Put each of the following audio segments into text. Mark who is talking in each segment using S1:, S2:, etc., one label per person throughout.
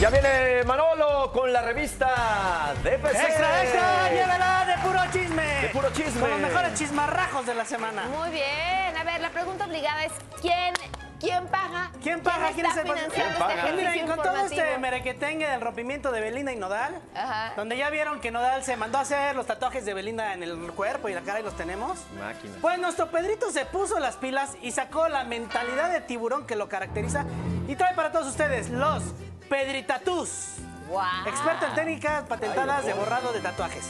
S1: Ya viene Manolo con la revista de PC.
S2: ¡Extra, extra! ¡Llévela de puro chisme!
S1: ¡Eh! De puro chisme.
S2: Con los mejores chismarrajos de la semana.
S3: Muy bien. A ver, la pregunta obligada es ¿quién, quién paga?
S2: ¿Quién paga?
S3: ¿Quién está
S2: ¿Quién se-
S3: financiando
S1: ¿Quién paga?
S3: este
S2: Y miren,
S3: ejercicio
S2: con todo este
S3: informativo?
S2: merequetengue del rompimiento de Belinda y Nodal,
S3: Ajá.
S2: donde ya vieron que Nodal se mandó a hacer los tatuajes de Belinda en el cuerpo y la cara y los tenemos.
S1: Máquina.
S2: Pues nuestro Pedrito se puso las pilas y sacó la mentalidad de tiburón que lo caracteriza y trae para todos ustedes los Pedritatús.
S3: Guau.
S2: Experto en técnicas patentadas de borrado de tatuajes.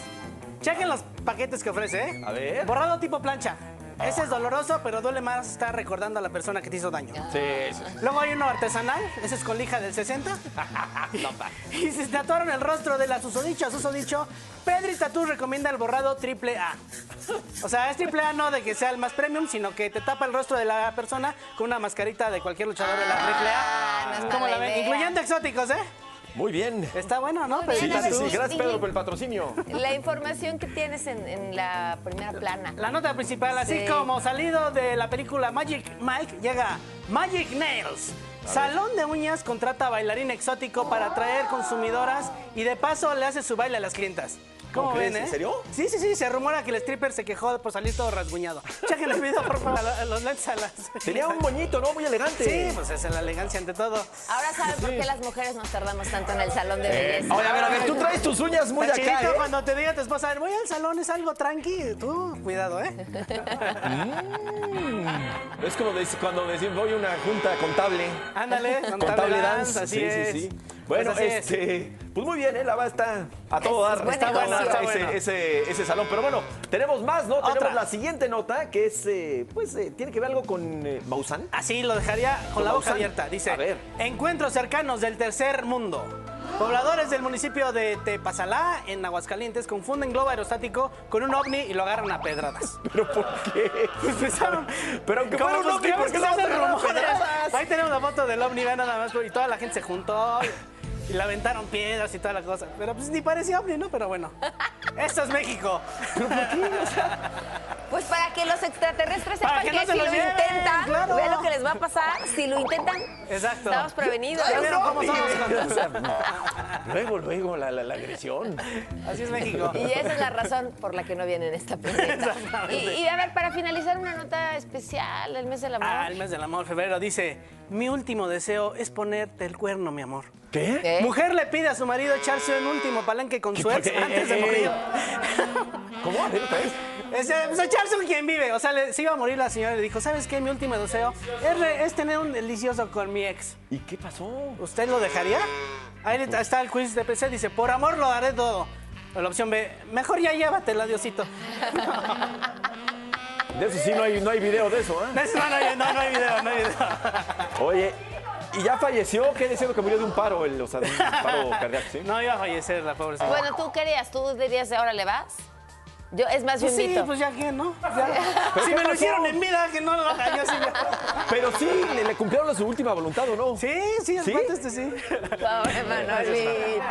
S2: Chequen los paquetes que ofrece, ¿eh?
S1: A ver. Ah,
S2: Borrado tipo plancha. Ese es doloroso, pero duele más estar recordando a la persona que te hizo daño.
S1: Sí, sí, sí.
S2: Luego hay uno artesanal, ese es con lija del 60. y se tatuaron el rostro de la susodicha, susodicho. Pedri Tatú recomienda el borrado triple A. O sea, es triple A no de que sea el más premium, sino que te tapa el rostro de la persona con una mascarita de cualquier luchador de la triple
S3: Ah, no
S2: A.
S3: es
S2: ¿Cómo
S3: mala
S2: la ven?
S3: idea.
S2: Incluyendo exóticos, ¿eh?
S1: Muy bien.
S2: Está bueno, ¿no?
S3: Muy
S2: Pedri
S1: Sí,
S3: bien, a
S1: sí,
S3: ver,
S2: Tatú.
S1: sí.
S3: sí.
S1: Gracias, Pedro, por el patrocinio.
S3: La información que tienes en, en la primera plana.
S2: La nota principal, así
S3: Sí.
S2: como salido de la película Magic Mike, llega Magic Nails. Salón de uñas contrata bailarín exótico para atraer consumidoras y de paso le hace su baile a las clientas. ¿Cómo,
S1: ¿Cómo
S2: ven,
S1: crees?
S2: eh?
S1: ¿En serio?
S2: Sí, sí, sí, se rumora que el stripper se quejó por salir todo rasguñado. Chequen el video, por favor, a los lentes a las...
S1: Tenía un moñito, ¿no? Muy elegante.
S2: Sí, pues esa es la elegancia ante todo.
S3: Ahora saben por qué las mujeres nos tardamos tanto en el salón de
S1: Eh,
S3: belleza.
S1: oye, a ver, a ver, tú traes tus uñas muy
S2: Está
S1: acá,
S2: chidito
S1: ¿eh?
S2: cuando te diga tu esposa, "A ver, voy al salón, es algo tranqui. Tú, cuidado, ¿eh?
S1: Es como dec- cuando decimos voy a una junta contable.
S2: Ándale,
S1: Contable
S2: dance,
S1: dance.
S2: así
S1: sí,
S2: es.
S1: sí, sí. Bueno,
S2: Pues así es.
S1: este. Pues muy bien, ¿eh? La va está a todo
S3: Es
S1: dar.
S3: buen
S1: está buena
S3: negocio.
S1: ese,
S2: Está bueno.
S1: ese- ese salón. Pero bueno, tenemos más, ¿no?
S2: Otra.
S1: Tenemos la siguiente nota que es. eh, pues eh, tiene que ver algo con eh, Maussan.
S2: Así lo dejaría con
S1: Con
S2: la boca
S1: Maussan.
S2: abierta. Dice,
S1: A ver.
S2: encuentros cercanos del tercer mundo. Pobladores del municipio de Tepazalá, en Aguascalientes, confunden globo aerostático con un ovni y lo agarran a pedradas.
S1: ¿Pero por qué?
S2: Pues pensaron,
S1: Pero aunque
S2: como
S1: fuera un
S2: pues,
S1: ovni,
S2: ya ves
S1: ¿por qué
S2: que
S1: lo
S2: se hacen
S1: agarran a
S2: rumores?
S1: pedradas?
S2: Ahí tenemos la foto del ovni, vean nada más, y toda la gente se juntó y- y le aventaron piedras y toda la cosa. Pero pues ni parecía ovni, ¿no? Pero bueno, esto es México.
S3: Pues para que los extraterrestres
S2: Para
S3: sepan
S2: que
S3: que,
S2: no se
S3: si
S2: los
S3: lo
S2: lleven,
S3: intentan,
S2: claro.
S3: vean lo que les va a pasar. Si lo intentan,
S2: Exacto.
S3: estamos prevenidos.
S2: Ya vieron cómo somos
S1: O
S2: con-
S1: sea, Luego, luego, la, la- la agresión.
S2: Así es México.
S3: Y esa es la razón por la que no vienen esta pregunta. Y,
S2: Exactamente.
S3: y a ver, para finalizar, una nota especial, el mes del amor.
S2: Ah, el mes del amor, febrero, dice, mi último deseo es ponerte el cuerno, mi amor.
S1: ¿Qué?
S3: ¿Qué?
S2: Mujer le pide a su marido echarse un último palenque con su ex
S1: ¿Qué?
S2: antes de morir.
S1: ¿Cómo? A ver, otra vez.
S2: Es, eh, pues, echarse un quien vive. O sea, le- se iba a morir la señora y le dijo, ¿sabes qué? Mi último deseo es, re- es tener un delicioso con mi ex.
S1: ¿Y qué pasó?
S2: ¿Usted lo dejaría? Ahí le- está el quiz de PC, dice, por amor lo haré todo. La opción B, mejor ya llévatela, Diosito.
S1: De eso sí no hay, no hay video de eso, ¿eh?
S2: No, no, hay- no, no hay video, no hay video.
S1: Oye, ¿y ya falleció? ¿Qué diciendo que murió de un paro? El, o sea, de un paro cardíaco, ¿sí?
S2: No iba a fallecer la pobre señora.
S3: Bueno, tú querías, tú dirías, ahora le vas. Yo, es más, yo
S2: Pues sí,
S3: invito.
S2: pues ya que, ¿no? Ya.
S1: ¿Pero
S2: Si
S1: qué
S2: me lo
S1: pasó?
S2: hicieron en vida, que no lo hagan yo sí. ya.
S1: Pero sí, le, le cumplieron a su última voluntad, ¿o no?
S2: Sí, sí, el
S1: ¿Sí?
S2: cuento este sí.
S3: Pobre Manolito.